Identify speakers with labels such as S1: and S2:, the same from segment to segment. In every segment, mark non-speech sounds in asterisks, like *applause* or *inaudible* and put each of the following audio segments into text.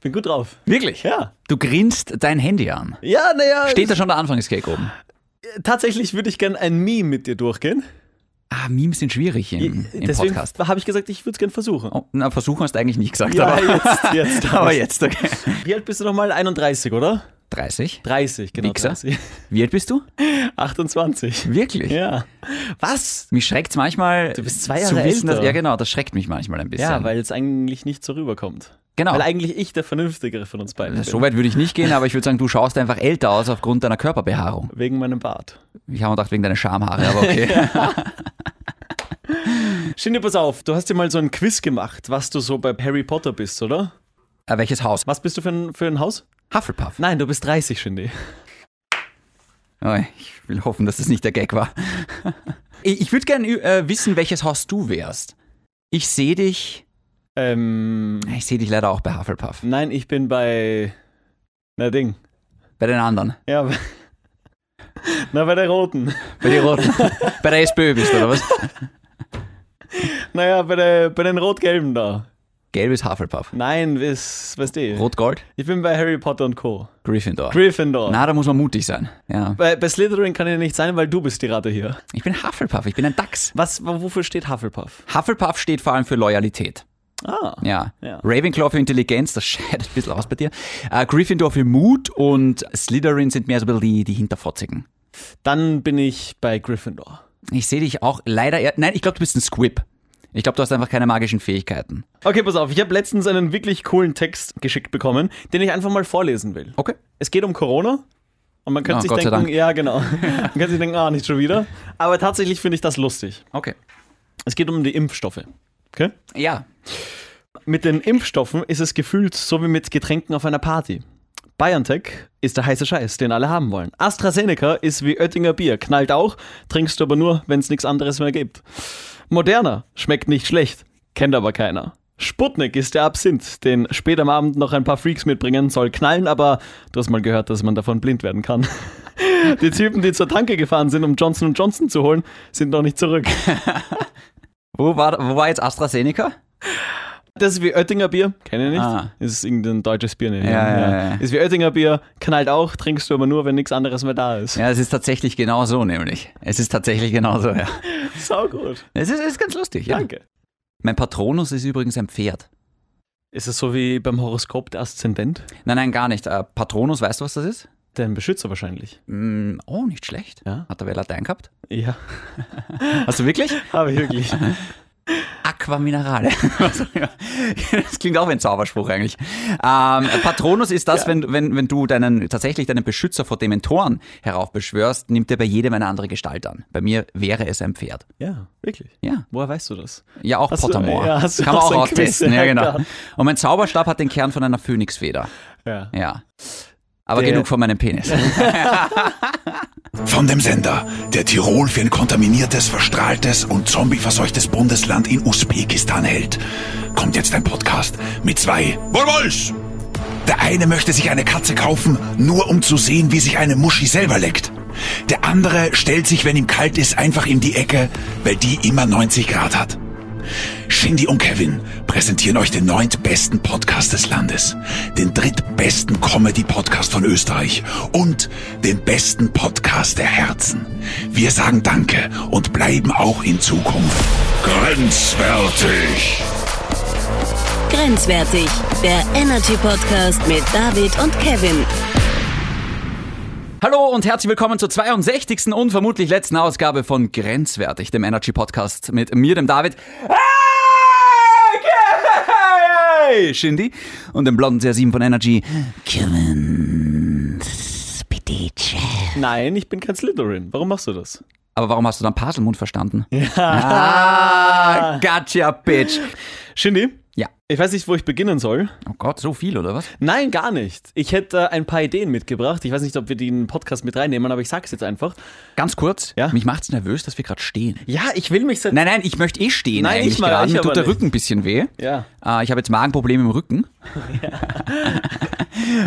S1: Bin gut drauf.
S2: Wirklich?
S1: Ja.
S2: Du grinst dein Handy an.
S1: Ja, naja.
S2: Steht da schon der Anfangscake oben?
S1: Tatsächlich würde ich gern ein Meme mit dir durchgehen.
S2: Ah, Memes sind schwierig im, im
S1: Deswegen
S2: Podcast.
S1: habe ich gesagt, ich würde es gern versuchen.
S2: Oh, na, versuchen hast du eigentlich nicht gesagt,
S1: Ja,
S2: aber,
S1: jetzt, jetzt.
S2: *laughs* aber jetzt, okay.
S1: Wie alt bist du nochmal? 31, oder?
S2: 30?
S1: 30, genau.
S2: Wichser.
S1: 30.
S2: Wie alt bist du?
S1: 28.
S2: Wirklich?
S1: Ja. Was?
S2: Mich schreckt's manchmal.
S1: Du bist zwei Jahre
S2: zu wissen, Dass,
S1: älter.
S2: ja, genau, das schreckt mich manchmal ein bisschen.
S1: Ja, weil es eigentlich nicht so rüberkommt.
S2: genau.
S1: Weil eigentlich ich der Vernünftigere von uns beiden bin.
S2: so weit würde ich nicht gehen, aber ich würde sagen, du schaust einfach älter aus aufgrund deiner Körperbehaarung.
S1: Wegen meinem Bart.
S2: Ich habe mir gedacht, wegen deiner Schamhaare, aber *laughs* okay.
S1: Schinde, pass auf, du hast dir mal so ein Quiz gemacht, was du so bei Harry Potter bist, oder?
S2: Äh, Welches Haus?
S1: Was bist du für ein, für ein Haus?
S2: Hufflepuff.
S1: Nein, du bist 30, Schinde.
S2: Oh, ich will hoffen, dass das nicht der Gag war. *laughs* Ich, ich würde gerne äh, wissen, welches Haus du wärst. Ich sehe dich.
S1: Ähm,
S2: Ich sehe dich leider auch bei Hufflepuff.
S1: nein, ich bin bei. Na, Ding.
S2: Bei den anderen.
S1: Ja. *laughs* bei- Na, bei der Roten.
S2: Bei den Roten. bei der SPÖ bist du, oder was?
S1: Naja, bei, der, bei den Rot-Gelben da.
S2: Gelb ist Hufflepuff.
S1: Nein, weißt weißt du.
S2: Rot-Gold?
S1: Ich bin bei Harry Potter und Co.
S2: Gryffindor.
S1: Gryffindor.
S2: Na, da muss man mutig sein. Ja.
S1: Bei, bei Slytherin kann ich nicht sein, weil du bist die Ratte hier.
S2: Ich bin Hufflepuff, ich bin ein Dachs.
S1: Was, wofür steht Hufflepuff?
S2: Hufflepuff steht vor allem für Loyalität.
S1: Ah.
S2: Ja.
S1: Ja.
S2: Ravenclaw für Intelligenz, das *laughs* scheidet ein bisschen aus bei dir. Äh, Gryffindor für Mut und Slytherin sind mehr so ein bisschen die, die Hinterfotzigen.
S1: Dann bin ich bei Gryffindor.
S2: Ich sehe dich auch leider eher. Nein, ich glaube, du bist ein Squib. Ich glaube, du hast einfach keine magischen Fähigkeiten.
S1: Okay, pass auf, ich habe letztens einen wirklich coolen Text geschickt bekommen, den ich einfach mal vorlesen will.
S2: Okay.
S1: Es geht um Corona und man könnte
S2: Ah,
S1: sich
S2: Gott sei
S1: denken,
S2: Dank.
S1: ja genau, *laughs* man könnte sich denken, ah, nicht schon wieder. Aber tatsächlich finde ich das lustig.
S2: Okay.
S1: Es geht um die Impfstoffe. Okay?
S2: Ja.
S1: Mit den Impfstoffen ist es gefühlt so wie mit Getränken auf einer Party. BioNTech ist der heiße Scheiß, den alle haben wollen. AstraZeneca ist wie Oettinger Bier, knallt auch, trinkst du aber nur, wenn es nichts anderes mehr gibt. Moderna schmeckt nicht schlecht, kennt aber keiner. Sputnik ist der Absinth, den spät am Abend noch ein paar Freaks mitbringen, soll knallen, aber du hast mal gehört, dass man davon blind werden kann. *laughs* Die Typen, die zur Tanke gefahren sind, um Johnson Johnson zu holen, sind noch nicht zurück.
S2: Wo war, wo war jetzt AstraZeneca?
S1: Das ist wie Oettinger Bier, kenne ich nicht.
S2: Ah.
S1: Ist irgendein deutsches Bier, ne?
S2: Ja, ja, ja.
S1: Ist wie Oettinger Bier, knallt auch, trinkst du aber nur, wenn nichts anderes mehr da ist.
S2: Ja, es ist tatsächlich genau so, nämlich. Es ist tatsächlich genau so, ja.
S1: Sau gut.
S2: Es ist, ist ganz lustig, ja.
S1: Danke.
S2: Mein Patronus ist übrigens ein Pferd.
S1: Ist es so wie beim Horoskop der Aszendent?
S2: Nein, nein, gar nicht. Äh, Patronus, weißt du, was das ist?
S1: Dein Beschützer wahrscheinlich.
S2: Mm, oh, nicht schlecht.
S1: Ja.
S2: Hat er wer Latein gehabt?
S1: *laughs* Ja,
S2: Hast du wirklich?
S1: aber *laughs* wirklich.
S2: *laughs* Aquaminerale. Also, das klingt auch wie ein Zauberspruch eigentlich. Ähm, Patronus ist das, wenn, wenn, wenn du deinen, tatsächlich deinen Beschützer vor Dementoren heraufbeschwörst, nimmt er bei jedem eine andere Gestalt an. Bei mir wäre es ein Pferd.
S1: ja, wirklich.
S2: Ja.
S1: Woher weißt du das?
S2: Ja, auch
S1: Hast du-
S2: Pottermore.
S1: ja, hast du
S2: Kann man
S1: auch
S2: auch
S1: so ein Quiz
S2: austesten. Ja,
S1: direkt
S2: genau.
S1: an.
S2: Und mein Zauberstab hat den Kern von einer Phönixfeder.
S1: Ja.
S2: Ja. Aber
S1: Der-
S2: genug von meinem Penis.
S3: Von dem Sender, der Tirol für ein kontaminiertes, verstrahltes und zombieverseuchtes Bundesland in Usbekistan hält, kommt jetzt ein Podcast mit zwei Wohlwollsch! Der eine möchte sich eine Katze kaufen, nur um zu sehen, wie sich eine Muschi selber leckt. Der andere stellt sich, wenn ihm kalt ist, einfach in die Ecke, weil die immer 90 Grad hat. Shindy und Kevin präsentieren euch den neuntbesten Podcast des Landes, den drittbesten Comedy-Podcast von Österreich und den besten Podcast der Herzen. Wir sagen Danke und bleiben auch in Zukunft grenzwertig.
S4: Grenzwertig, der Energy Podcast mit David und Kevin.
S2: Hallo und herzlich willkommen zur 62. und vermutlich letzten Ausgabe von Grenzwertig, dem Energy Podcast mit mir, dem David. Hey, Shindy und dem blonden CR7 von Energy. Kevin Spedice.
S1: Nein, ich bin kein Slytherin. Warum machst du das?
S2: Aber warum hast du dann Paselmund verstanden? Ah, gotcha, bitch.
S1: Shindy?
S2: Ja.
S1: Ich weiß nicht, wo ich beginnen soll.
S2: Oh Gott, so viel, oder was?
S1: Nein, gar nicht. Ich hätte äh, ein paar Ideen mitgebracht. Ich weiß nicht, ob wir die in den Podcast mit reinnehmen, aber ich sag's jetzt einfach.
S2: Ganz kurz,
S1: Ja?
S2: mich macht's nervös, dass wir gerade stehen.
S1: Ja, ich will mich seit.
S2: Nein, nein, ich möchte eh stehen
S1: Nein, ich
S2: eigentlich
S1: mal,
S2: gerade.
S1: ich
S2: Mir
S1: aber
S2: tut der
S1: nicht.
S2: Rücken ein bisschen weh.
S1: Ja.
S2: Äh, ich habe jetzt Magenprobleme
S1: *laughs*
S2: im Rücken.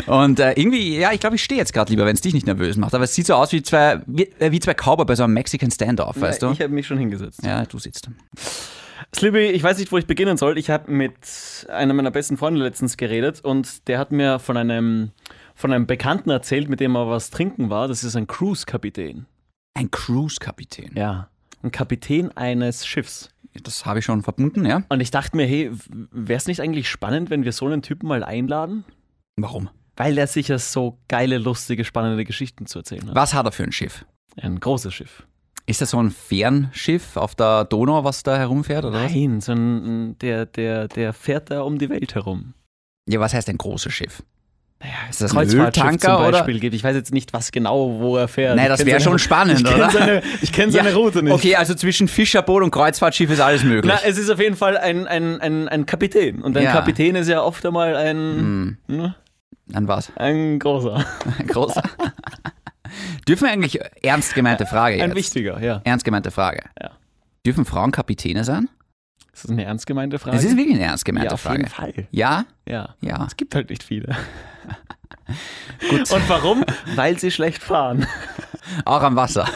S2: Und äh, irgendwie, ja, ich glaube, ich stehe jetzt gerade lieber, wenn es dich nicht nervös macht. Aber es sieht so aus wie zwei, wie, äh, wie zwei Cowboy bei so einem Mexican Standoff, weißt du?
S1: Ich habe mich schon hingesetzt.
S2: Ja, du sitzt.
S1: Slippy, ich weiß nicht, wo ich beginnen soll. Ich habe mit einem meiner besten Freunde letztens geredet und der hat mir von einem, von einem Bekannten erzählt, mit dem er was trinken war. Das ist ein Cruise-Kapitän.
S2: Ein Cruise-Kapitän.
S1: Ja. Ein Kapitän eines Schiffs.
S2: Das habe ich schon verbunden, ja.
S1: Und ich dachte mir, hey, wäre es nicht eigentlich spannend, wenn wir so einen Typen mal einladen?
S2: Warum?
S1: Weil der sicher so geile, lustige, spannende Geschichten zu erzählen hat.
S2: Was hat er für ein Schiff?
S1: Ein großes Schiff.
S2: Ist das so ein Fernschiff auf der Donau, was da herumfährt, oder was?
S1: Nein, so ein, der, der, der fährt da um die Welt herum.
S2: Ja, was heißt ein großes Schiff?
S1: Naja, ist das
S2: das ein
S1: Kreuzfahrtschiff
S2: Öltanker
S1: zum
S2: oder-
S1: Beispiel gibt. Ich weiß jetzt nicht, was genau, wo er fährt.
S2: Nein,
S1: Ich
S2: das
S1: kenn
S2: wäre
S1: seine-
S2: schon
S1: *laughs*
S2: spannend,
S1: ich kenn
S2: oder?
S1: Seine, ich kenne seine
S2: Ja,
S1: Route nicht.
S2: Okay, also zwischen Fischerboot und Kreuzfahrtschiff ist alles möglich.
S1: Na, es ist auf jeden Fall ein, ein, ein, ein Kapitän. Und ein
S2: Ja. Hm.
S1: Kapitän ist ja oft einmal ein, ne,
S2: An was?
S1: ein großer,
S2: *laughs* Ein großer. Dürfen wir eigentlich ernst gemeinte Frage
S1: ein
S2: jetzt?
S1: wichtiger, ja.
S2: Ernst gemeinte Frage.
S1: Ja.
S2: Dürfen Frauen Kapitäne sein?
S1: Ist das eine ernst gemeinte Frage?
S2: Das ist wirklich eine ernst gemeinte
S1: Äh, ja, auf
S2: Frage.
S1: jeden Fall.
S2: Ja?
S1: Ja.
S2: Ja.
S1: Es gibt halt nicht
S2: *laughs*
S1: viele. Gut. Und warum? Weil sie schlecht fahren.
S2: Auch
S1: *laughs*
S2: am Wasser.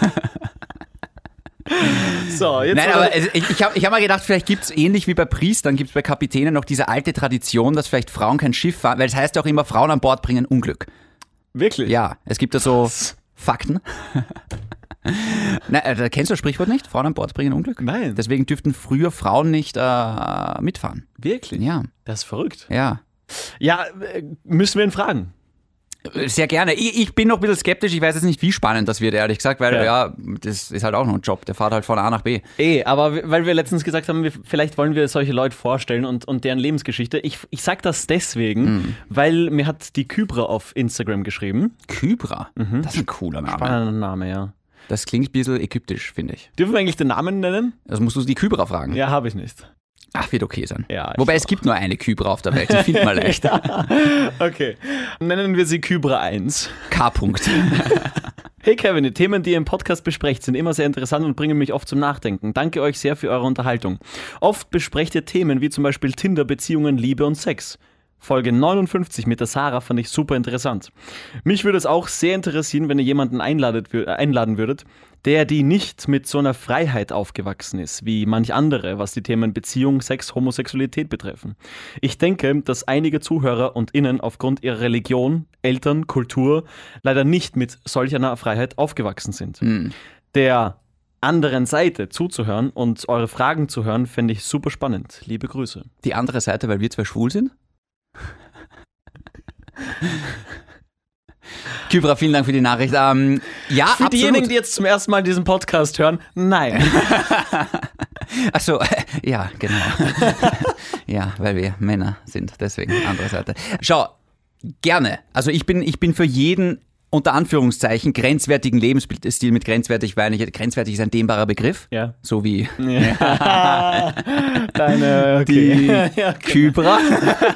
S1: So, jetzt
S2: Nein,
S1: mal-
S2: aber es- ich, ich habe ich hab mal gedacht, vielleicht gibt es ähnlich wie bei Priestern, gibt es bei Kapitänen noch diese alte Tradition, dass vielleicht Frauen kein Schiff fahren, weil es heißt ja auch immer, Frauen an Bord bringen Unglück.
S1: wirklich.
S2: Ja, es gibt da so Fakten. *laughs* Nein, äh, kennst du das Sprichwort nicht? Frauen an Bord bringen Unglück?
S1: Nein.
S2: Deswegen dürften früher Frauen nicht äh, mitfahren.
S1: Wirklich?
S2: Ja,
S1: Das ist verrückt.
S2: ja.
S1: Ja, äh, müssen wir ihn fragen.
S2: Äh, Sehr gerne. Ich, ich bin noch ein bisschen skeptisch. Ich weiß jetzt nicht, wie spannend das wird, ehrlich gesagt, weil ja.
S1: Ja.
S2: das ist halt auch noch ein Job. Der fährt halt von A nach B.
S1: Eh, aber w- weil wir letztens gesagt haben, wir, vielleicht wollen wir solche Leute vorstellen und, und deren Lebensgeschichte. Ich, ich sag das deswegen, weil mir hat die Kybra auf Instagram geschrieben.
S2: Kybra.
S1: Mhm.
S2: Das ist ein cooler Name.
S1: Spannender Name, ja.
S2: Das klingt ein bisschen ägyptisch, finde ich.
S1: Dürfen wir eigentlich den Namen nennen?
S2: Das musst du die Kybra fragen.
S1: Ja, habe ich nicht.
S2: Ach, wird okay sein.
S1: Ja, ich
S2: Wobei es gibt nur eine Kybra auf der Welt. Die
S1: *laughs*
S2: findet man leicht.
S1: Okay. Nennen wir sie Kybra 1.
S2: K-Punkt.
S1: Hey Kevin, die Themen, die ihr im Podcast besprecht, sind immer sehr interessant und bringen mich oft zum Nachdenken. Danke euch sehr für eure Unterhaltung. Oft besprecht ihr Themen wie zum Beispiel Tinder, Beziehungen, Liebe und Sex. Folge 59 mit der Sarah fand ich super interessant. Mich würde es auch sehr interessieren, wenn ihr jemanden einladet, wür- äh, einladen würdet, der die nicht mit so einer Freiheit aufgewachsen ist, wie manch andere, was die Themen Beziehung, Sex, Homosexualität betreffen. Ich denke, dass einige Zuhörer und Innen aufgrund ihrer Religion, Eltern, Kultur leider nicht mit solch einer Freiheit aufgewachsen sind. Der anderen Seite zuzuhören und eure Fragen zu hören, fände ich super spannend. Liebe Grüße.
S2: Die andere Seite, weil wir zwei
S1: *laughs*
S2: schwul sind? Kybra, vielen Dank für die Nachricht. Ähm, ja,
S1: Für
S2: absolut.
S1: diejenigen, die eh jetzt zum ersten Mal diesen Podcast hören, nein.
S2: Achso, *laughs* ja, genau. *laughs* ja, weil wir Männer sind, deswegen andere Seite. Schau, gerne. Also ich bin, ich bin für jeden unter Anführungszeichen grenzwertigen Lebensstil mit grenzwertig, weil ich, grenzwertig ist ein dehnbarer Begriff.
S1: *laughs* Ja.
S2: So wie
S1: Deine
S2: die
S1: *laughs* Ja, genau.
S2: Kybra.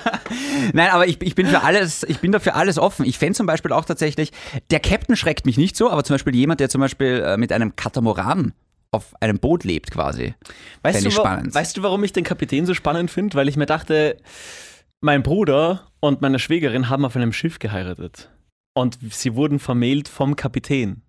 S2: *laughs* Nein, aber ich, ich bin für alles, ich bin dafür alles offen. Ich fände zum Beispiel auch tatsächlich, der Captain schreckt mich nicht so, aber zum Beispiel jemand, der zum Beispiel äh, mit einem Katamaran auf einem Boot lebt quasi.
S1: Weißt
S2: Fände
S1: du,
S2: ich
S1: wa-
S2: spannend.
S1: weißt du, warum ich den Kapitän so spannend finde? Weil ich mir dachte, mein Bruder und meine Schwägerin haben auf einem Schiff geheiratet. Und sie wurden vermählt vom Kapitän.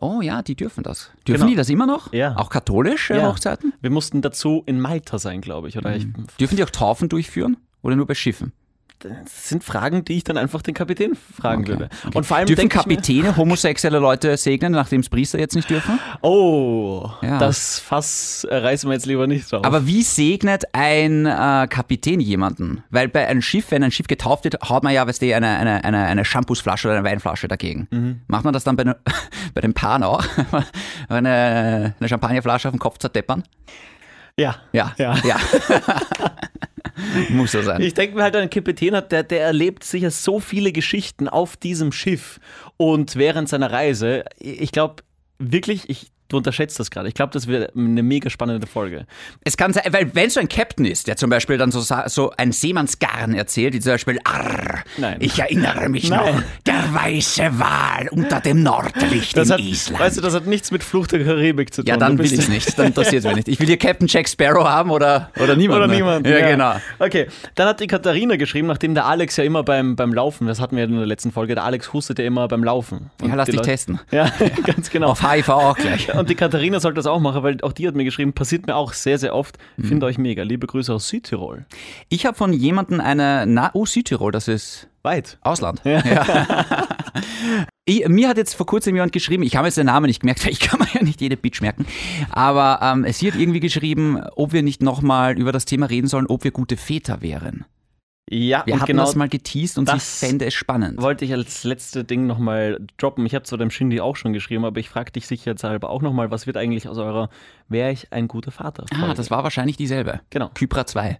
S2: Oh ja, die dürfen das. Dürfen
S1: Genau.
S2: die das immer noch?
S1: Ja.
S2: Auch katholische
S1: Ja.
S2: Hochzeiten? Mhm.
S1: Wir mussten dazu in Malta sein, glaube ich. Oder ich,
S2: Dürfen die auch Taufen durchführen? Oder nur bei Schiffen?
S1: das sind Fragen, die ich dann einfach den Kapitän fragen
S2: Okay,
S1: würde. Und vor allem
S2: dürfen
S1: denke ich mir, *laughs*
S2: Kapitäne homosexuelle Leute segnen, nachdem es Priester jetzt nicht dürfen?
S1: oh,
S2: Ja.
S1: das Fass äh, reißen wir jetzt lieber nicht auf.
S2: Aber wie segnet ein äh, Kapitän jemanden? Weil bei einem Schiff, wenn ein Schiff getauft wird, haut man ja, weißt du, eine, eine, eine, eine Shampoosflasche oder eine Weinflasche dagegen.
S1: Mhm.
S2: Macht man das dann bei, ne, *laughs* bei dem Pan auch? *laughs* eine, eine Champagnerflasche auf den Kopf zerdeppern?
S1: ja.
S2: Ja. *laughs*
S1: Ja.
S2: Muss so sein.
S1: Ich denke mir halt, ein Kapitän hat, der, der erlebt sicher so viele Geschichten auf diesem Schiff und während seiner Reise. Ich glaube, wirklich, ich, du unterschätzt das gerade. Ich glaube, das wird eine mega spannende Folge.
S2: Es kann sein, weil wenn so ein Captain ist, der zum Beispiel dann so, sa- so ein Seemannsgarn erzählt, wie zum Beispiel, Arr,
S1: Nein.
S2: ich erinnere mich noch,
S1: Nein.
S2: der weiße Wal unter dem Nordlicht in
S1: hat,
S2: Island.
S1: weißt du, das hat nichts mit Fluch der Karibik zu tun.
S2: ja,
S1: Du
S2: dann will
S1: bist- *laughs*
S2: ich es nicht, dann interessiert es mich nicht. Ich will hier Captain Jack Sparrow haben oder, oder niemanden.
S1: Oder niemand. ne?
S2: Ja, genau.
S1: Okay, dann hat die Katharina geschrieben, nachdem der Alex ja immer beim, beim Laufen, das hatten wir in der letzten Folge, der Alex hustet ja *laughs* immer beim Laufen.
S2: Ja, lass
S1: die
S2: dich
S1: Leute-
S2: testen.
S1: Ja, ganz genau.
S2: Auf HIV auch gleich.
S1: und die Katharina sollte das auch machen, weil auch die hat mir geschrieben, passiert mir auch sehr, sehr oft.
S2: Mhm.
S1: Finde euch mega. Liebe Grüße aus Südtirol.
S2: Ich habe von jemandem eine, na, oh, Südtirol, das ist
S1: Weit.
S2: Ausland. Ja. *laughs* Ich, mir hat jetzt vor kurzem jemand geschrieben, ich habe jetzt den Namen nicht gemerkt, *laughs* weil ich kann mir ja nicht jede Bitch merken, aber ähm, sie hat irgendwie geschrieben, ob wir nicht nochmal über das Thema reden sollen, ob wir gute Väter wären.
S1: Ja,
S2: Wir
S1: und
S2: hatten
S1: genau
S2: das mal geteased und sie
S1: das
S2: fände es spannend.
S1: wollte ich als letzte Ding nochmal droppen. Ich habe zwar dem Shindy auch schon geschrieben, aber ich frage dich sicherheitshalber auch nochmal, was wird eigentlich aus eurer Wäre ich ein guter Vater?
S2: Ah,
S1: Folge?
S2: das war wahrscheinlich dieselbe.
S1: Genau. *laughs*
S2: Kypra 2.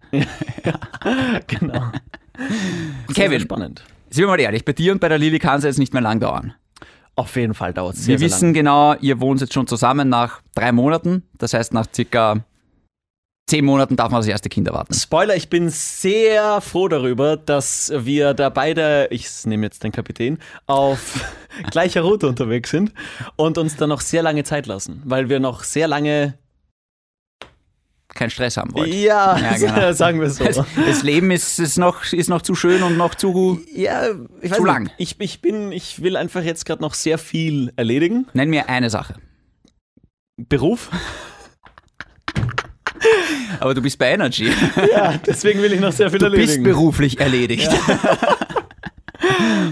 S2: *laughs*
S1: genau. Sehr, sehr
S2: Kevin,
S1: spannend.
S2: sind wir mal ehrlich, bei dir und bei der Lili kann es jetzt nicht mehr lang dauern.
S1: Auf jeden Fall dauert es
S2: wir wissen genau, ihr wohnt jetzt schon zusammen nach drei Monaten. Das heißt, nach circa zehn Monaten darf man das erste Kind erwarten.
S1: Spoiler, ich bin sehr froh darüber, dass wir da beide, ich nehme jetzt den Kapitän, auf *laughs* gleicher Route unterwegs sind und uns dann noch sehr lange Zeit lassen, weil wir noch sehr lange,
S2: Keinen Stress haben wollt.
S1: ja, *laughs* Also,
S2: Ja, genau.
S1: sagen wir es
S2: Das,
S1: so.
S2: das Leben ist, ist, noch, ist noch zu schön und noch zu.
S1: Ja, ich weiß
S2: Zu lang.
S1: Nicht. Ich, ich bin, ich will einfach jetzt gerade noch sehr viel erledigen.
S2: Nenn mir eine Sache.
S1: Beruf.
S2: Aber du *laughs* bist bei Energy.
S1: Ja, *laughs* deswegen will ich noch sehr viel
S2: Du bist
S1: erledigen.
S2: beruflich erledigt.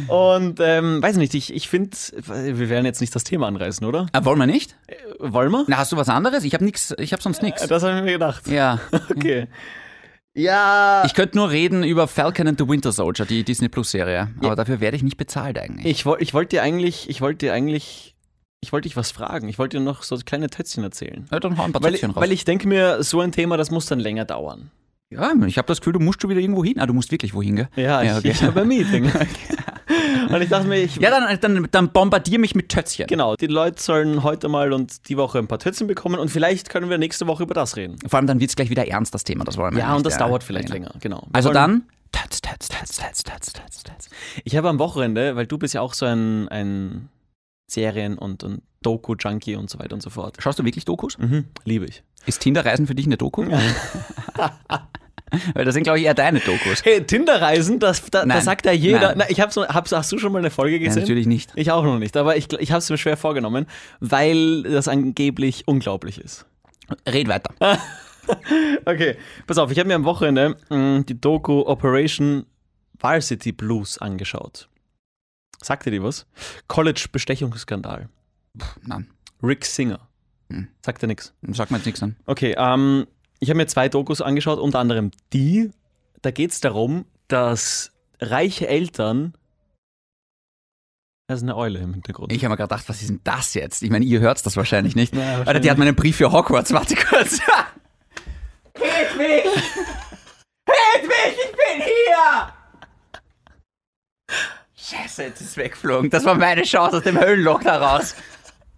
S1: Und ähm, weiß nicht, ich, ich finde, wir werden jetzt nicht das Thema anreißen, oder?
S2: Äh, Wollen wir nicht?
S1: Wollen wir?
S2: Na, hast du was anderes? Ich habe nix, ich habe sonst nichts.
S1: Das habe ich mir gedacht. *laughs*
S2: Ja.
S1: Okay. Ja.
S2: Ich könnte nur reden über Falcon and the Winter Soldier, die Disney Plus Serie. Aber dafür werde ich nicht bezahlt eigentlich.
S1: Ich, woll- ich wollte dir eigentlich, ich wollte dir eigentlich, ich wollte dich was fragen. Ich wollte dir noch so kleine Tötzchen erzählen.
S2: Ja, dann hau ein paar
S1: Weil,
S2: Töpfchen raus.
S1: weil ich denke mir, so ein Thema, das muss dann länger dauern.
S2: ja, ich habe das Gefühl, du musst schon wieder irgendwo hin. Ah, du musst wirklich wohin, gell?
S1: Ja, ich,
S2: ja, okay.
S1: ich habe ein Meeting. Und ich dachte mir, ich,
S2: ja dann, dann, dann bombardier mich mit Tötzchen.
S1: genau, die Leute sollen heute mal und die Woche ein paar Tötzchen bekommen und vielleicht können wir nächste Woche über das reden.
S2: Vor allem dann wird es gleich wieder ernst, das Thema. Das wollen wir
S1: Ja,
S2: nicht,
S1: und das dauert vielleicht länger, genau. Wir
S2: Also
S1: wollen-
S2: dann. Tötz, tötz, tötz, tötz, tötz, tötz, tötz.
S1: Ich habe am Wochenende, weil du bist ja auch so ein, ein Serien- und, und Doku-Junkie und so weiter und so fort.
S2: Schaust du wirklich Dokus?
S1: Mhm, liebe ich.
S2: Ist Tinder-Reisen für dich eine Doku? *laughs* Weil das sind, glaube ich, eher deine Dokus.
S1: Hey, Tinder-Reisen, das, da,
S2: Nein.
S1: das sagt ja jeder.
S2: Nein.
S1: Na, ich hab's, hab's, hast du schon mal eine Folge
S2: Ja,
S1: gesehen?
S2: natürlich nicht.
S1: Ich auch noch nicht, aber ich, ich habe es mir schwer vorgenommen, weil das angeblich unglaublich ist.
S2: Red weiter.
S1: Okay, pass auf, ich habe mir am Wochenende mh, die Doku Operation Varsity Blues angeschaut. Sagt ihr die was? College-Bestechungsskandal.
S2: Nein,
S1: Rick Singer.
S2: Hm.
S1: Sagt dir nichts.
S2: sag mir jetzt nichts an.
S1: Okay, ähm, ich habe mir zwei Dokus angeschaut, unter anderem die. Da geht es darum, dass reiche Eltern. Da ist eine Eule im Hintergrund.
S2: Ich habe mir gedacht, was ist denn das jetzt? Ich meine, ihr hört das wahrscheinlich nicht.
S1: Ja,
S2: Alter, die hat meinen Brief für Hogwarts. Warte *laughs* kurz. Hilf mich! Hilf mich! Ich bin hier! Scheiße, jetzt ist es weggeflogen. Das war meine Chance aus dem Höllenloch da raus.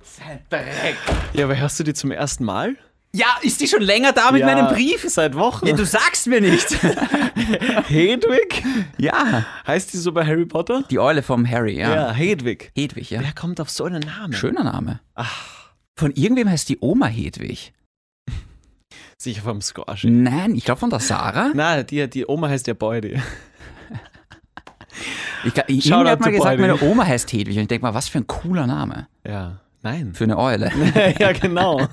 S2: Sein Dreck.
S1: ja, aber hörst du die zum ersten Mal?
S2: Ja, ist die schon länger da mit
S1: Ja,
S2: meinem Brief?
S1: Seit Wochen.
S2: Ja, du sagst mir nicht.
S1: *laughs* Hedwig?
S2: ja,
S1: Heißt die so bei Harry Potter?
S2: die Eule vom Harry, ja.
S1: Hedwig.
S2: Hedwig, ja.
S1: Wer kommt auf so einen Namen?
S2: Schöner Name. Von irgendwem heißt die Oma Hedwig.
S1: Sicher vom Squash.
S2: Nein, ich glaube von der Sarah.
S1: Na, die, die Oma heißt ja Beudi.
S2: Ich glaub, ich
S1: Shoutout
S2: hat mal
S1: zu
S2: gesagt,
S1: Beide.
S2: meine Oma heißt Hedwig. Und ich denke mal, was für ein cooler Name.
S1: Ja. Nein.
S2: Für eine *laughs* Eule.
S1: *laughs* ja, genau.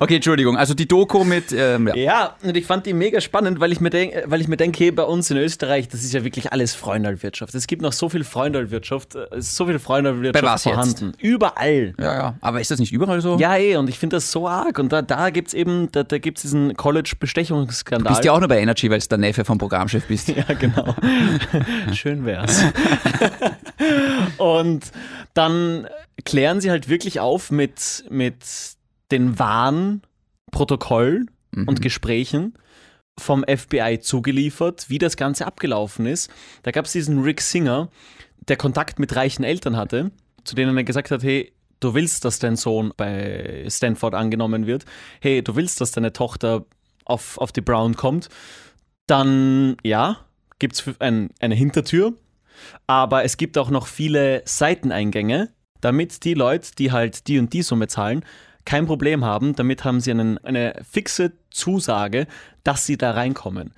S2: Okay, Entschuldigung. Also die Doku mit, ähm, ja.
S1: Ja, und ich fand die mega spannend, weil ich mir denke, weil ich mir denke, hey, bei uns in Österreich, das ist ja wirklich alles Freundalwirtschaft. Es gibt noch so viel Freundalwirtschaft, äh, es ist so viel Freundalwirtschaft
S2: Bei was jetzt?
S1: vorhanden. Überall.
S2: ja, ja. Aber ist das nicht überall so?
S1: Ja, eh, und ich finde das so arg. Und da, da gibt's eben, da, da gibt's diesen College-Bestechungsskandal.
S2: Bist ja auch nur bei Energy, weil es der Neffe vom Programmchef bist.
S1: Ja, *laughs* genau. Schön wär's. *laughs* und dann klären sie halt wirklich auf mit, mit den wahren Protokollen und Gesprächen vom FBI zugeliefert, wie das Ganze abgelaufen ist. Da gab es diesen Rick Singer, der Kontakt mit reichen Eltern hatte, zu denen er gesagt hat, hey, du willst, dass dein Sohn bei Stanford angenommen wird, hey, du willst, dass deine Tochter auf, auf die Brown kommt, dann ja, gibt es ein, eine Hintertür, aber es gibt auch noch viele Seiteneingänge, damit die Leute, die halt die und die Summe zahlen, kein Problem haben. Damit haben sie einen, eine fixe Zusage, dass sie da reinkommen.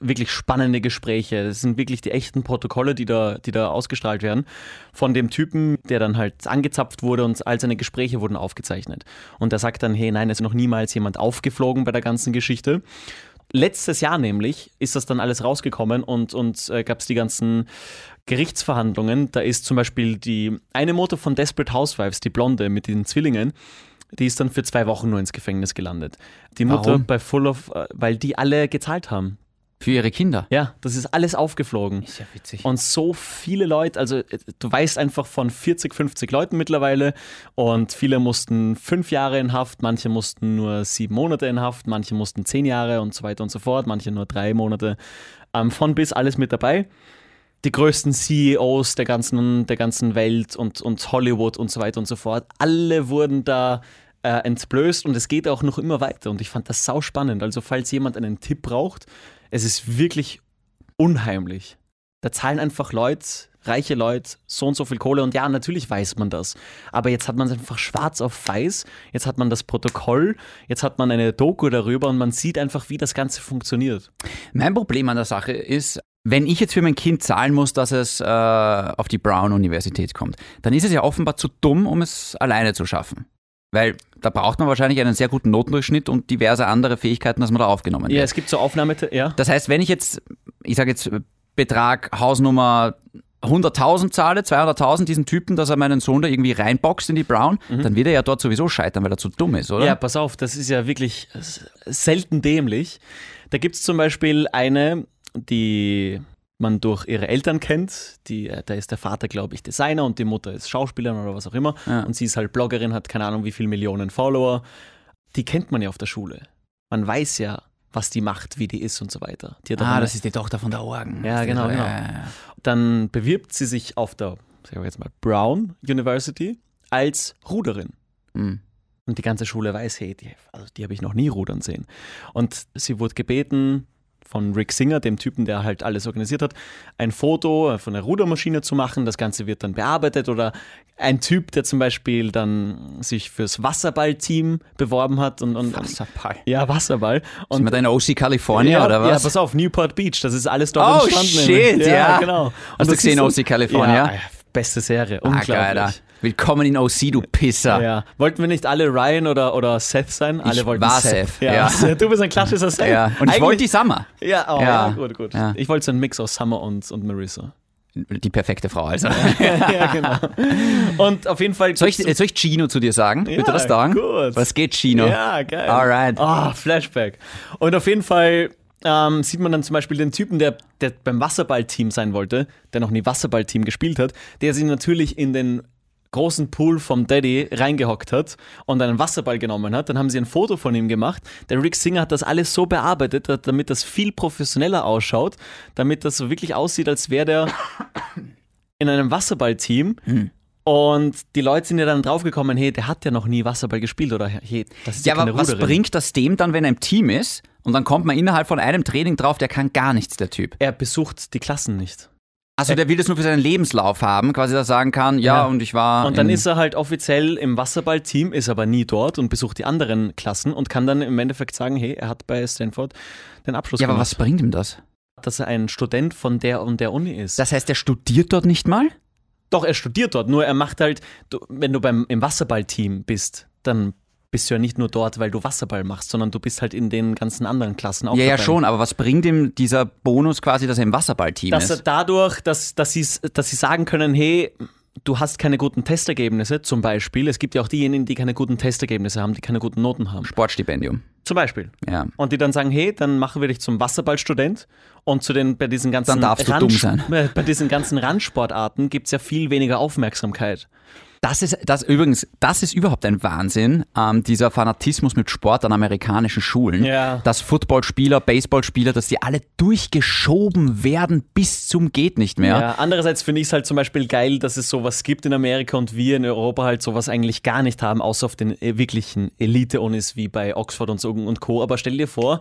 S1: wirklich spannende Gespräche. Das sind wirklich die echten Protokolle, die da, die da ausgestrahlt werden. Von dem Typen, der dann halt angezapft wurde und all seine Gespräche wurden aufgezeichnet. Und der sagt dann, hey, nein, es ist noch niemals jemand aufgeflogen bei der ganzen Geschichte. Letztes Jahr nämlich ist das dann alles rausgekommen und, und äh, gab es die ganzen Gerichtsverhandlungen. Da ist zum Beispiel die eine Mutter von Desperate Housewives, die Blonde mit den Zwillingen, die ist dann für zwei Wochen nur ins Gefängnis gelandet. Die Mutter
S2: Warum?
S1: bei Full of, äh, weil die alle gezahlt haben.
S2: Für ihre Kinder.
S1: Ja, das ist alles aufgeflogen.
S2: Ist ja witzig.
S1: Und so viele Leute, also äh, du weißt einfach von 40, 50 Leuten mittlerweile und viele mussten fünf Jahre in Haft, manche mussten nur sieben Monate in Haft, manche mussten zehn Jahre und so weiter und so fort, manche nur drei Monate. Ähm, von bis alles mit dabei. Die größten CEOs der ganzen, der ganzen Welt und, und Hollywood und so weiter und so fort, alle wurden da äh, entblößt und es geht auch noch immer weiter und ich fand das sau spannend. Also falls jemand einen Tipp braucht, es ist wirklich unheimlich. Da zahlen einfach Leute, reiche Leute, so und so viel Kohle. Und ja, natürlich weiß man das. Aber jetzt hat man es einfach schwarz auf weiß. Jetzt hat man das Protokoll. Jetzt hat man eine Doku darüber und man sieht einfach, wie das Ganze funktioniert.
S2: Mein Problem an der Sache ist, wenn ich jetzt für mein Kind zahlen muss, dass es äh, auf die Brown-Universität kommt, dann ist es ja offenbar zu dumm, um es alleine zu schaffen. Weil da braucht man wahrscheinlich einen sehr guten Notendurchschnitt und diverse andere Fähigkeiten, dass man da aufgenommen wird.
S1: Ja, es gibt so Aufnahme, ja.
S2: Das heißt, wenn ich jetzt, ich sage jetzt Betrag, Hausnummer 100.000 zahle, 200.000 diesen Typen, dass er meinen Sohn da irgendwie reinboxt in die Brown, dann wird er ja dort sowieso scheitern, weil er zu dumm ist, oder?
S1: Mhm. Ja, pass auf, das ist ja wirklich s- selten dämlich. Da gibt es zum Beispiel eine, die man durch ihre Eltern kennt. Die, äh, da ist der Vater, glaube ich, Designer und die Mutter ist Schauspielerin oder was auch immer.
S2: Ja.
S1: Und sie ist halt Bloggerin, hat keine Ahnung, wie viele Millionen Follower. Die kennt man ja auf der Schule. Man weiß ja, was die macht, wie die ist und so weiter. Die hat auch
S2: Ah,
S1: eine-
S2: das ist die Tochter von der Orgen.
S1: Ja, genau, genau. Dann bewirbt sie sich auf der, sagen wir jetzt mal, Brown University als Ruderin.
S2: Mhm.
S1: Und die ganze Schule weiß, hey, die, also die habe ich noch nie rudern sehen. Und sie wurde gebeten von Rick Singer, dem Typen, der halt alles organisiert hat, ein Foto von der Rudermaschine zu machen. Das Ganze wird dann bearbeitet. Oder ein Typ, der zum Beispiel dann sich fürs Wasserballteam beworben hat. Und, und,
S2: Wasserball.
S1: Ja, Wasserball.
S2: Ist
S1: Und
S2: man da in OC California oder
S1: ja,
S2: was?
S1: pass auf, Newport Beach, das ist alles dort
S2: Oh,
S1: entstanden.
S2: shit,
S1: nämlich.
S2: ja.
S1: genau.
S2: Hast du
S1: das
S2: gesehen,
S1: siehst du-
S2: OC California?
S1: Ja, beste Serie,
S2: ah,
S1: unglaublich.
S2: geil, Alter. Willkommen in OC, du Pisser.
S1: Ja. Wollten wir nicht alle Ryan oder, oder Seth sein? Alle
S2: Ich
S1: wollten
S2: war
S1: Seth. *laughs*
S2: Seth, ja.
S1: Du bist ein klassischer Seth.
S2: Ja. Und ich
S1: Eigentlich-
S2: wollte die Summer.
S1: Ja, oh,
S2: Ja.
S1: ja. gut, gut.
S2: Ja.
S1: Ich wollte so einen Mix aus Summer und, und Marissa.
S2: *laughs*
S1: *laughs*
S2: Die perfekte Frau, also.
S1: ja, genau. Und auf jeden Fall.
S2: Soll ich, soll ich Gino zu dir sagen? Wird
S1: Ja,
S2: dir das sagen?
S1: gut.
S2: Was geht, Gino?
S1: Ja, geil.
S2: Alright.
S1: Ah, Flashback. Und auf jeden Fall ähm, sieht man dann zum Beispiel den Typen, der, der beim Wasserballteam sein wollte, der noch nie Wasserballteam gespielt hat, der sich natürlich in den großen Pool vom Daddy reingehockt hat und einen Wasserball genommen hat, dann haben sie ein Foto von ihm gemacht. Der Rick Singer hat das alles so bearbeitet, da- damit das viel professioneller ausschaut, damit das so wirklich aussieht, als wäre der in einem Wasserballteam
S2: Hm.
S1: und die Leute sind ja dann draufgekommen, hey, der hat ja noch nie Wasserball gespielt oder hey, das ist ja,
S2: Ja,
S1: keine
S2: aber was
S1: Ruderin.
S2: bringt das dem dann, wenn er im Team ist und dann kommt man innerhalb von einem Training drauf, der kann gar nichts, der Typ.
S1: er besucht die Klassen nicht.
S2: Also der will das nur für seinen Lebenslauf haben, quasi dass er sagen kann, ja,
S1: Ja.
S2: und ich war
S1: Und dann
S2: Ah, in,
S1: ist er halt offiziell im Wasserballteam, ist aber nie dort und besucht die anderen Klassen und kann dann im Endeffekt sagen, hey, er hat bei Stanford den Abschluss
S2: Ja, aber
S1: gemacht,
S2: was bringt ihm das?
S1: dass er ein Student von der und der Uni ist.
S2: Das heißt, er studiert dort nicht mal?
S1: Doch, er studiert dort, nur er macht halt, du, wenn du beim, im Wasserballteam bist, dann bist du ja nicht nur dort, weil du Wasserball machst, sondern du bist halt in den ganzen anderen Klassen auch
S2: ja, ja,
S1: dabei.
S2: schon, aber was bringt ihm dieser Bonus quasi, dass er im Wasserballteam
S1: dass er
S2: ist?
S1: dadurch, dass, dass, sie's- dass sie sagen können, hey, du hast keine guten Testergebnisse, zum Beispiel. Es gibt ja auch diejenigen, die keine guten Testergebnisse haben, die keine guten Noten haben.
S2: Sportstipendium.
S1: Zum Beispiel.
S2: Ja.
S1: Und die dann sagen, hey, dann machen wir dich zum Wasserballstudent und zu den bei diesen ganzen
S2: Dann darfst du
S1: Rand-
S2: dumm sein.
S1: äh, *laughs* bei diesen ganzen Randsportarten gibt es ja viel weniger Aufmerksamkeit.
S2: Das ist das übrigens, das ist überhaupt ein Wahnsinn, ähm, dieser Fanatismus mit Sport an amerikanischen Schulen.
S1: Ja.
S2: Dass Footballspieler, Baseballspieler, dass die alle durchgeschoben werden bis zum geht nicht mehr.
S1: Ja, andererseits finde ich es halt zum Beispiel geil, dass es sowas gibt in Amerika und wir in Europa halt sowas eigentlich gar nicht haben, außer auf den äh, wirklichen Elite-Unis wie bei Oxford und so und Co. Aber stell dir vor,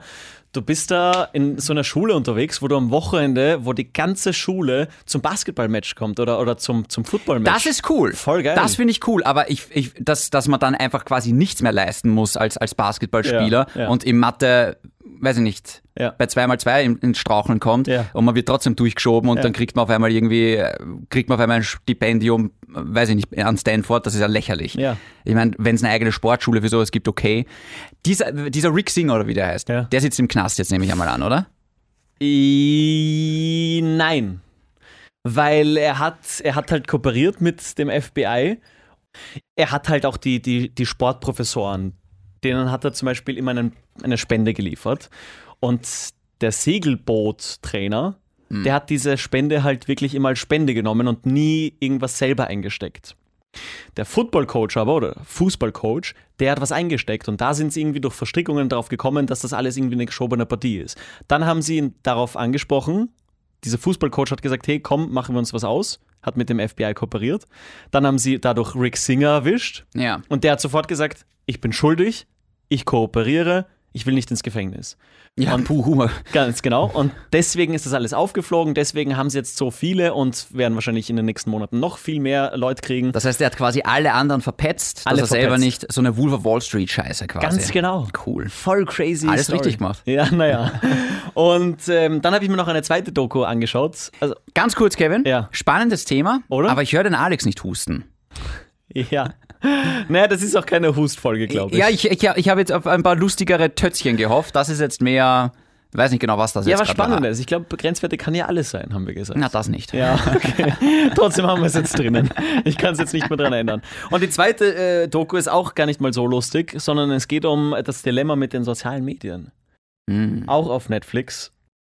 S1: du bist da in so einer Schule unterwegs, wo du am Wochenende, wo die ganze Schule zum Basketballmatch kommt oder, oder zum, zum Footballmatch.
S2: Das ist cool.
S1: Voll geil.
S2: Das finde ich cool, aber ich, ich, dass, dass man dann einfach quasi nichts mehr leisten muss als, als Basketballspieler
S1: Ja, ja.
S2: und im Mathe weiß ich nicht,
S1: Ja.
S2: bei 2x2 in- ins Straucheln kommt
S1: Ja.
S2: und man wird trotzdem durchgeschoben und
S1: Ja.
S2: dann kriegt man auf einmal irgendwie, äh, kriegt man auf einmal ein Stipendium, äh, weiß ich nicht, an Stanford, das ist ja lächerlich.
S1: Ja.
S2: Ich meine, wenn es eine eigene Sportschule für sowas gibt, okay. Dieser, dieser Rick Singer oder wie der heißt,
S1: Ja.
S2: der sitzt im Knast jetzt nehme ich einmal an, oder?
S1: I, nein. Weil er hat, er hat halt kooperiert mit dem FBI. Er hat halt auch die, die, die Sportprofessoren, denen hat er zum Beispiel immer einen, eine Spende geliefert. Und der Segelboot-Trainer, der hat diese Spende halt wirklich immer als Spende genommen und nie irgendwas selber eingesteckt. Der Football-Coach aber, oder Fußball-Coach, der hat was eingesteckt und da sind sie irgendwie durch Verstrickungen drauf gekommen, dass das alles irgendwie eine geschobene Partie ist. Dann haben sie ihn darauf angesprochen. Dieser Fußballcoach hat gesagt, hey, komm, machen wir uns was aus. Hat mit dem FBI kooperiert. Dann haben sie dadurch Rick Singer erwischt
S2: Ja.
S1: und der hat sofort gesagt, ich bin schuldig, ich kooperiere, ich will nicht ins Gefängnis.
S2: Ja,
S1: Und-
S2: puh, Humor.
S1: Ganz genau. Und deswegen ist das alles aufgeflogen, deswegen haben sie jetzt so viele und werden wahrscheinlich in den nächsten Monaten noch viel mehr Leute kriegen.
S2: Das heißt, er hat quasi alle anderen verpetzt,
S1: Alle
S2: dass er selber
S1: verpetzt.
S2: nicht so eine Wolf of Wall Street Scheiße quasi.
S1: Ganz genau.
S2: Cool.
S1: Voll crazy.
S2: Alles
S1: Story.
S2: richtig gemacht.
S1: Ja,
S2: *laughs*
S1: naja. Und ähm, dann habe ich mir noch eine zweite Doku angeschaut. Also,
S2: Ganz kurz, Kevin.
S1: Ja.
S2: Spannendes Thema,
S1: Oder?
S2: aber ich höre den Alex nicht husten.
S1: ja. Naja, das ist auch keine Hustfolge, glaube ich.
S2: Ja, ich, ich, ich habe jetzt auf ein paar lustigere Tötzchen gehofft. Das ist jetzt mehr, weiß nicht genau, was das
S1: Ja,
S2: jetzt
S1: was
S2: gerade war.
S1: Spannendes. Ich glaube, Grenzwerte kann ja alles sein, haben wir gesagt.
S2: Na, das nicht.
S1: Ja, *laughs* okay. Trotzdem haben wir es jetzt drinnen. Ich kann es jetzt nicht mehr dran erinnern. Und die zweite äh, Doku ist auch gar nicht mal so lustig, sondern es geht um das Dilemma mit den sozialen Medien.
S2: Mhm.
S1: Auch auf Netflix.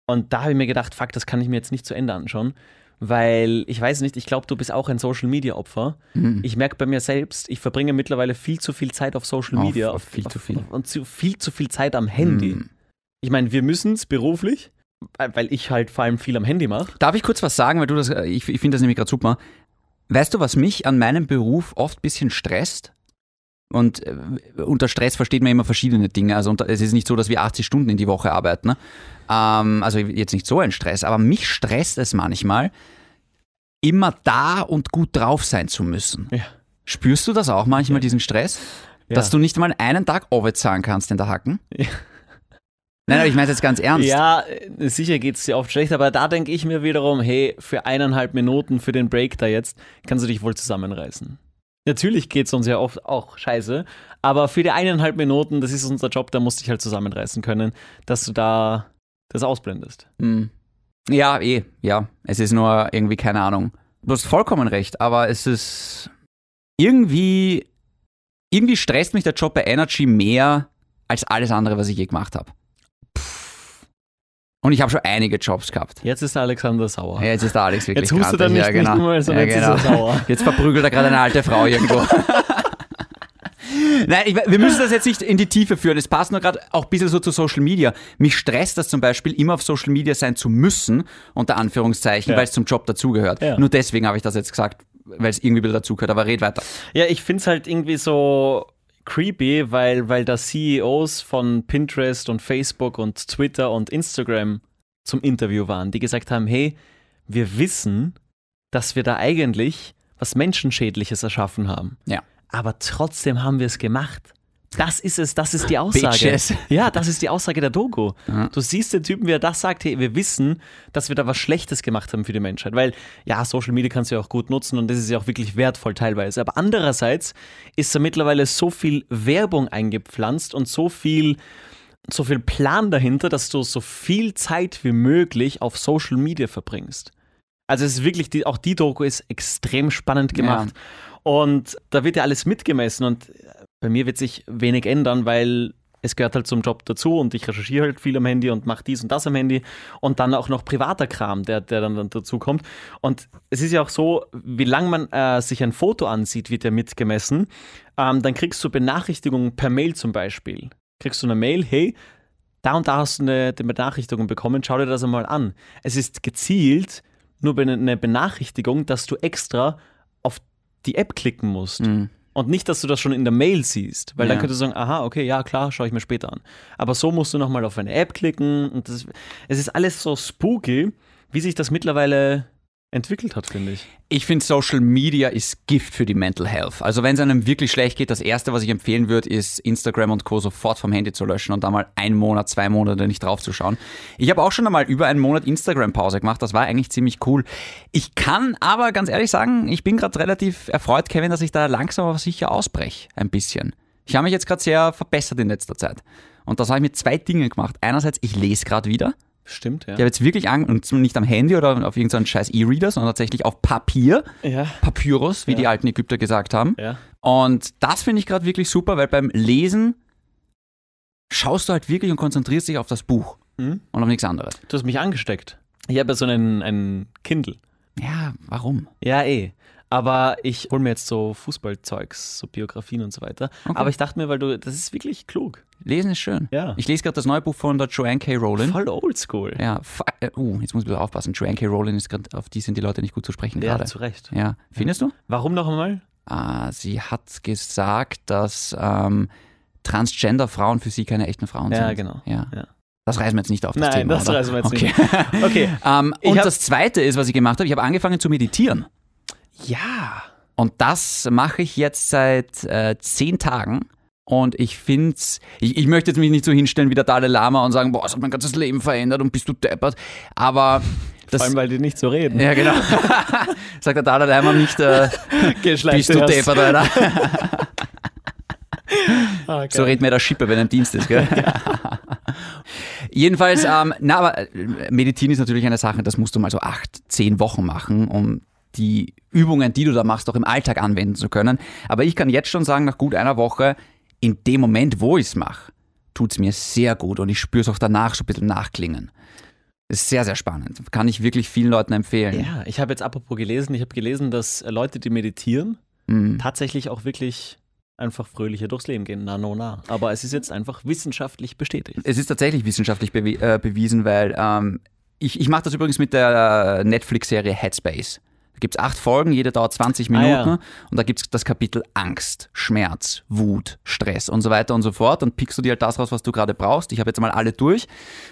S1: Und da habe ich mir gedacht, fuck, das kann ich mir jetzt nicht zu Ende anschauen. Weil ich weiß nicht, ich glaube, du bist auch ein Social Media Opfer.
S2: Hm.
S1: Ich merke bei mir selbst, ich verbringe mittlerweile viel zu viel Zeit auf Social
S2: Auf-
S1: Media.
S2: auf viel zu viel.
S1: Und zu, viel zu viel Zeit am Handy.
S2: Mhm.
S1: Ich meine, wir müssen es beruflich, weil weil ich halt vor allem viel am Handy mache.
S2: Darf ich kurz was sagen, weil du das, äh, ich, ich finde das nämlich gerade super. Weißt du, was mich an meinem Beruf oft ein bisschen stresst? Und äh, unter Stress versteht man immer verschiedene Dinge. Also unter, es ist nicht so, dass wir 80 Stunden in die Woche arbeiten. Ne? Ähm, also jetzt nicht so ein Stress, aber mich stresst es manchmal, immer da und gut drauf sein zu müssen.
S1: Ja.
S2: Spürst du das auch manchmal, diesen Stress?
S1: Ja.
S2: Dass du nicht mal einen Tag Ovid sagen kannst in der Hacken?
S1: Ja.
S2: Nein, aber ich meine es jetzt ganz ernst.
S1: Ja, äh, sicher geht es dir oft schlecht, aber da denke ich mir wiederum, hey, für eineinhalb Minuten für den Break da jetzt kannst du dich wohl zusammenreißen. Natürlich geht es uns ja oft auch scheiße, aber für die eineinhalb Minuten, das ist unser Job, da musst du dich halt zusammenreißen können, dass du da das ausblendest.
S2: Mm. Ja, eh, ja. Es ist nur irgendwie, keine Ahnung. Du hast vollkommen recht, aber es ist irgendwie, irgendwie stresst mich der Job bei Energy mehr als alles andere, was ich je gemacht habe. Und ich habe schon einige Jobs gehabt.
S1: Jetzt ist der Alexander sauer.
S2: Ja, jetzt ist der Alex wirklich
S1: Jetzt hustet er
S2: grantig.
S1: nicht- nicht nur, sondern jetzt ist er sauer.
S2: genau. *laughs* Jetzt verprügelt er gerade eine alte Frau
S1: *laughs*
S2: irgendwo. Nein, ich, wir müssen das jetzt nicht in die Tiefe führen. Es passt nur gerade auch ein bisschen so zu Social Media. Mich stresst das zum Beispiel, immer auf Social Media sein zu müssen, unter Anführungszeichen,
S1: Ja.
S2: weil es zum Job dazugehört.
S1: Ja.
S2: Nur deswegen habe ich das jetzt gesagt, weil es irgendwie ein bisschen dazugehört. Aber red weiter.
S1: Ja, ich finde es halt irgendwie so creepy, weil, weil da CEOs von Pinterest und Facebook und Twitter und Instagram zum Interview waren, die gesagt haben, hey, wir wissen, dass wir da eigentlich was Menschenschädliches erschaffen haben.
S2: Ja.
S1: Aber trotzdem haben wir es gemacht. Das ist es, das ist die Aussage.
S2: Bitches.
S1: Ja, das ist die Aussage der Doku. Du siehst den Typen, wie er das sagt, hey, wir wissen, dass wir da was Schlechtes gemacht haben für die Menschheit. Weil, ja, Social Media kannst du ja auch gut nutzen und das ist ja auch wirklich wertvoll teilweise. Aber andererseits ist da mittlerweile so viel Werbung eingepflanzt und so viel, so viel Plan dahinter, dass du so viel Zeit wie möglich auf Social Media verbringst. Also es ist wirklich, die, auch die Doku ist extrem spannend gemacht. Und da wird ja alles mitgemessen und bei mir wird sich wenig ändern, weil es gehört halt zum Job dazu und ich recherchiere halt viel am Handy und mache dies und das am Handy und dann auch noch privater Kram, der, der dann, dann dazu kommt. Und es ist ja auch so, wie lange man äh, sich ein Foto ansieht, wird ja mitgemessen. Ähm, dann kriegst du Benachrichtigungen per Mail zum Beispiel. Kriegst du eine Mail, hey, da und da hast du eine, eine Benachrichtigung bekommen, schau dir das einmal an. Es ist gezielt nur be- eine Benachrichtigung, dass du extra auf die App klicken musst. Und nicht, dass du das schon in der Mail siehst, weil dann
S2: Ja.
S1: könntest du sagen, aha, okay, ja klar, schaue ich mir später an. Aber so musst du nochmal auf eine App klicken und das, es ist alles so spooky, wie sich das mittlerweile entwickelt hat, finde ich.
S2: Ich finde, Social Media ist Gift für die Mental Health. Also wenn es einem wirklich schlecht geht, das Erste, was ich empfehlen würde, ist Instagram und Co. sofort vom Handy zu löschen und da mal einen Monat, zwei Monate nicht draufzuschauen. Ich habe auch schon einmal über einen Monat Instagram-Pause gemacht. Das war eigentlich ziemlich cool. Ich kann aber ganz ehrlich sagen, ich bin gerade relativ erfreut, Kevin, dass ich da langsam aber sicher ausbreche. Ein bisschen. Ich habe mich jetzt gerade sehr verbessert in letzter Zeit. Und das habe ich mit zwei Dingen gemacht. Einerseits, ich lese gerade wieder.
S1: Stimmt, ja.
S2: Ich habe jetzt wirklich an, und zwar nicht am Handy oder auf irgendeinen scheiß E-Reader, sondern tatsächlich auf Papier.
S1: Ja.
S2: Papyrus, wie die alten Ägypter gesagt haben.
S1: Ja.
S2: Und das finde ich gerade wirklich super, weil beim Lesen schaust du halt wirklich und konzentrierst dich auf das Buch
S1: Hm?
S2: und auf nichts anderes.
S1: Du hast mich angesteckt. Ich habe ja so einen, einen Kindle.
S2: Ja, warum?
S1: Ja, eh. Aber ich hole mir jetzt so Fußballzeugs, so Biografien und so weiter. Aber ich dachte mir, weil du, das ist wirklich klug.
S2: Lesen ist schön.
S1: Ja.
S2: Ich lese gerade das neue Buch von der Joanne K. Rowling.
S1: Voll oldschool.
S2: Ja, fa- äh, uh, jetzt muss ich wieder aufpassen. Joanne K. Rowling ist gerade, auf die sind die Leute nicht gut zu sprechen
S1: Ja,
S2: gerade.
S1: zu Recht.
S2: Ja, findest du?
S1: Warum noch einmal?
S2: Ah, sie hat gesagt, dass ähm, Transgender-Frauen für sie keine echten Frauen sind.
S1: Ja, genau.
S2: Ja.
S1: Ja.
S2: Das reißen wir jetzt nicht auf das
S1: Nein,
S2: Thema.
S1: das
S2: oder?
S1: reißen wir jetzt
S2: okay.
S1: nicht.
S2: *laughs*
S1: Okay.
S2: Ähm,
S1: Ich
S2: und
S1: hab-
S2: das Zweite ist, was ich gemacht habe, ich habe angefangen zu meditieren.
S1: Ja.
S2: Und das mache ich jetzt seit äh, zehn Tagen. Und ich finde es, ich, ich möchte jetzt mich nicht so hinstellen wie der Dalai Lama und sagen, boah, es hat mein ganzes Leben verändert und bist du deppert. Aber das...
S1: Vor allem, weil die nicht so *laughs* reden.
S2: ja, genau. *laughs* Sagt der Dalai Lama nicht,
S1: *laughs*
S2: äh, bist
S1: Geschlechter.
S2: du deppert, Alter.
S1: Ah, geil.
S2: So redet mir der Schipper, wenn er im Dienst ist,
S1: *laughs*
S2: gell? Jedenfalls, ähm, na, aber äh, meditieren ist natürlich eine Sache, das musst du mal so acht, zehn Wochen machen, um die Übungen, die du da machst, auch im Alltag anwenden zu können. Aber ich kann jetzt schon sagen, nach gut einer Woche, in dem Moment, wo ich es mache, tut es mir sehr gut und ich spüre es auch danach so ein bisschen nachklingen. Ist sehr, sehr spannend. Kann ich wirklich vielen Leuten empfehlen.
S1: Ja, ich habe jetzt apropos gelesen, ich habe gelesen, dass äh, Leute, die meditieren,
S2: Mhm.
S1: tatsächlich auch wirklich einfach fröhlicher durchs Leben gehen. Na, no, na. Aber es ist jetzt einfach wissenschaftlich bestätigt.
S2: Es ist tatsächlich wissenschaftlich bewi äh, bewiesen, weil ähm, ich, ich mache das übrigens mit der äh, Netflix-Serie Headspace. Da gibt es acht Folgen, jede dauert 20
S1: Ah,
S2: Minuten
S1: ja.
S2: und da gibt es das Kapitel Angst, Schmerz, Wut, Stress und so weiter und so fort. Dann pickst du dir halt das raus, was du gerade brauchst. Ich habe jetzt mal alle durch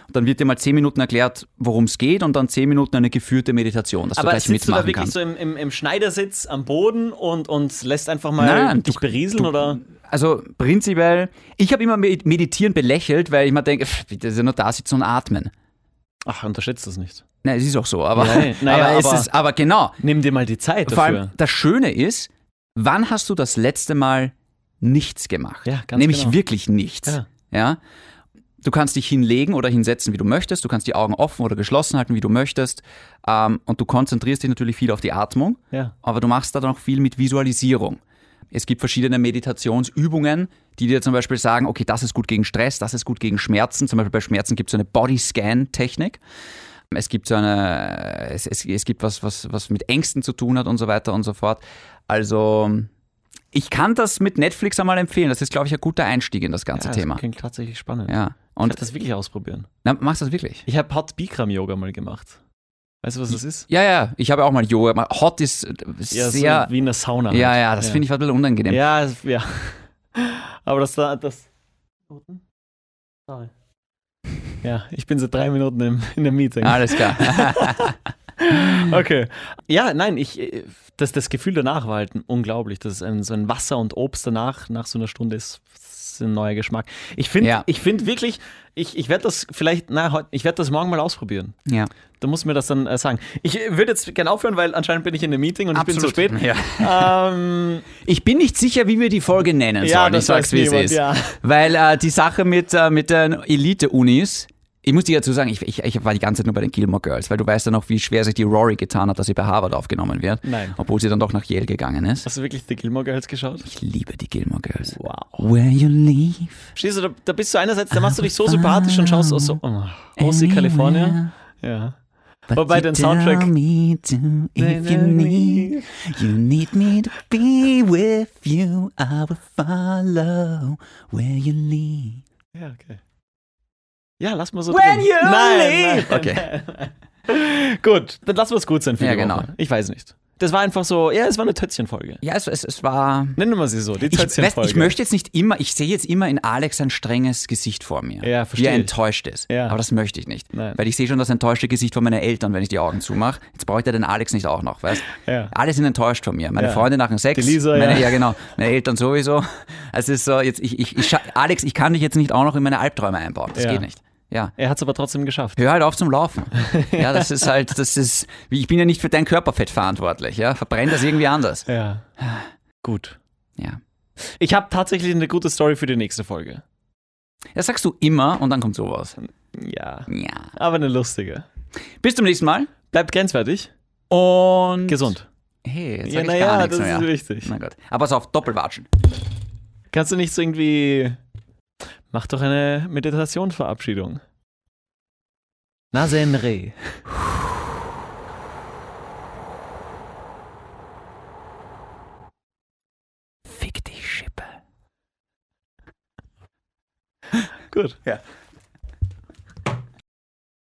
S2: und dann wird dir mal 10 Minuten erklärt, worum es geht und dann 10 Minuten eine geführte Meditation, dass du gleich
S1: sitzt du da
S2: mitmachen
S1: wirklich
S2: kannst.
S1: so im, im, im Schneidersitz am Boden und, und lässt einfach mal
S2: Nein,
S1: dich
S2: du-
S1: berieseln oder?
S2: Also prinzipiell, ich habe immer Med- Meditieren belächelt, weil ich mir denke, das ist ja nur da sitzen und atmen.
S1: Ach, unterschätzt das nicht.
S2: Na, es ist auch so, aber, *laughs*
S1: Ja, eh. Naja,
S2: aber,
S1: aber-
S2: es ist, aber genau.
S1: Nimm dir mal die Zeit
S2: Vor
S1: dafür.
S2: allem das Schöne ist, wann hast du das letzte Mal nichts gemacht?
S1: Ja, ganz
S2: Nämlich
S1: genau.
S2: wirklich nichts.
S1: Ja.
S2: Ja. Du kannst dich hinlegen oder hinsetzen, wie du möchtest. Du kannst die Augen offen oder geschlossen halten, wie du möchtest. Ähm, und du konzentrierst dich natürlich viel auf die Atmung,
S1: Ja.
S2: aber du machst da dann auch viel mit Visualisierung. Es gibt verschiedene Meditationsübungen, die dir zum Beispiel sagen, okay, das ist gut gegen Stress, das ist gut gegen Schmerzen. Zum Beispiel bei Schmerzen gibt es so eine Body-Scan-Technik. Es gibt so eine, es, es, es gibt was, was, was mit Ängsten zu tun hat und so weiter und so fort. Also, ich kann das mit Netflix einmal empfehlen. Das ist, glaube ich, ein guter Einstieg in das ganze
S1: Ja,
S2: Thema.
S1: Das klingt tatsächlich spannend.
S2: Ja.
S1: Und ich
S2: Und
S1: werde das wirklich ausprobieren.
S2: na, machst du das wirklich?
S1: Ich habe Hot Bikram Yoga mal gemacht. Weißt du, was das ist?
S2: Ja, ja. Ich habe auch mal Yoga. gemacht. Hot ist äh, sehr.
S1: so wie in der Sauna. halt.
S2: ja, ja, das finde ich ein bisschen unangenehm.
S1: Ja, es- ja. *laughs* Aber das da, das. Sorry. Ja, ich bin seit drei Minuten im, in der Meeting.
S2: Alles
S1: *laughs*
S2: klar.
S1: Okay. *laughs* Ja, nein, ich, äh, das, das Gefühl danach war halt unglaublich. Das ist ein, so ein Wasser und Obst danach, nach so einer Stunde ist, ist ein neuer Geschmack. Ich finde
S2: Ja.
S1: ich find wirklich, ich, ich werde das vielleicht, na, heute, ich werde das morgen mal ausprobieren.
S2: ja.
S1: Du musst mir das dann äh, sagen. Ich äh, würde jetzt gerne aufhören, weil anscheinend bin ich in einem Meeting und ich bin
S2: *laughs*
S1: zu spät.
S2: Ja.
S1: Ähm,
S2: Ich bin nicht sicher, wie wir die Folge nennen
S1: Ja,
S2: sollen.
S1: das
S2: ich sag's,
S1: weiß
S2: wie es
S1: niemand,
S2: ist.
S1: ja.
S2: Weil äh, die Sache mit, äh, mit den Elite-Unis, ich muss dir dazu sagen, ich, ich, ich war die ganze Zeit nur bei den Gilmore Girls, weil du weißt ja noch, wie schwer sich die Rory getan hat, dass sie bei Harvard aufgenommen wird.
S1: Nein.
S2: Obwohl sie dann doch nach Yale gegangen ist.
S1: hast du wirklich die Gilmore Girls geschaut?
S2: Ich liebe die Gilmore Girls.
S1: Wow.
S2: Where you leave.
S1: Stehst du, da, da bist du einerseits, da machst du dich so sympathisch und schaust aus so, oh, OC California. Ja.
S2: But
S1: Wobei,
S2: you
S1: den
S2: tell
S1: Soundtrack-
S2: Me to, if you need, you need me to be with you. I will follow where you leave.
S1: Ja, okay. Ja, lass mal so
S2: When
S1: drin.
S2: you
S1: nein,
S2: leave. *laughs*
S1: Nein, okay. Gut, dann lassen wir es gut sein für
S2: Ja,
S1: die
S2: genau.
S1: Woche. Ich weiß nicht. Das war einfach so, ja, es war eine Tötzchenfolge.
S2: Ja, es, es, es war.
S1: Nennen wir sie so, die
S2: Ich, weißt,
S1: Tötzchenfolge.
S2: ich möchte jetzt nicht immer, ich sehe jetzt immer in Alex ein strenges Gesicht vor mir.
S1: Ja,
S2: wie
S1: verstehe
S2: er
S1: ich.
S2: enttäuscht ist.
S1: Ja.
S2: Aber das möchte ich nicht.
S1: Nein.
S2: Weil ich sehe schon das enttäuschte Gesicht von meinen Eltern, wenn ich die Augen zumache. Jetzt braucht er den Alex nicht auch noch, weißt
S1: Ja.
S2: Alle sind enttäuscht von mir. Meine
S1: Ja.
S2: Freunde nach dem Sex.
S1: Die Lisa,
S2: meine,
S1: ja.
S2: genau. Meine Eltern sowieso. Also Es ist so, jetzt, ich, ich, ich, scha- Alex, ich kann dich jetzt nicht auch noch in meine Albträume einbauen. Das
S1: Ja.
S2: geht nicht. Ja.
S1: Er hat es aber trotzdem geschafft.
S2: Hör halt auf
S1: *laughs*
S2: zum Laufen. Ja, das ist halt, das ist, wie- ich bin ja nicht für dein Körperfett verantwortlich, ja. Verbrenn das irgendwie anders.
S1: Ja. *sighs* Gut.
S2: Ja.
S1: Ich habe tatsächlich eine gute Story für die nächste Folge.
S2: Das sagst du immer und dann kommt sowas.
S1: Ja.
S2: Ja.
S1: Aber eine lustige.
S2: Bis zum nächsten Mal.
S1: Bleibt grenzwertig.
S2: Und
S1: Gesund.
S2: Hey, jetzt
S1: Ja,
S2: sag ich gar
S1: naja,
S2: nichts
S1: das
S2: mehr.
S1: ist wichtig.
S2: Mein Gott. Aber pass auf, Doppelwatschen.
S1: Kannst du nicht so irgendwie. Mach doch eine Meditationsverabschiedung. Nasenre.
S2: Fick dich, Schippe.
S1: Gut.
S2: Ja.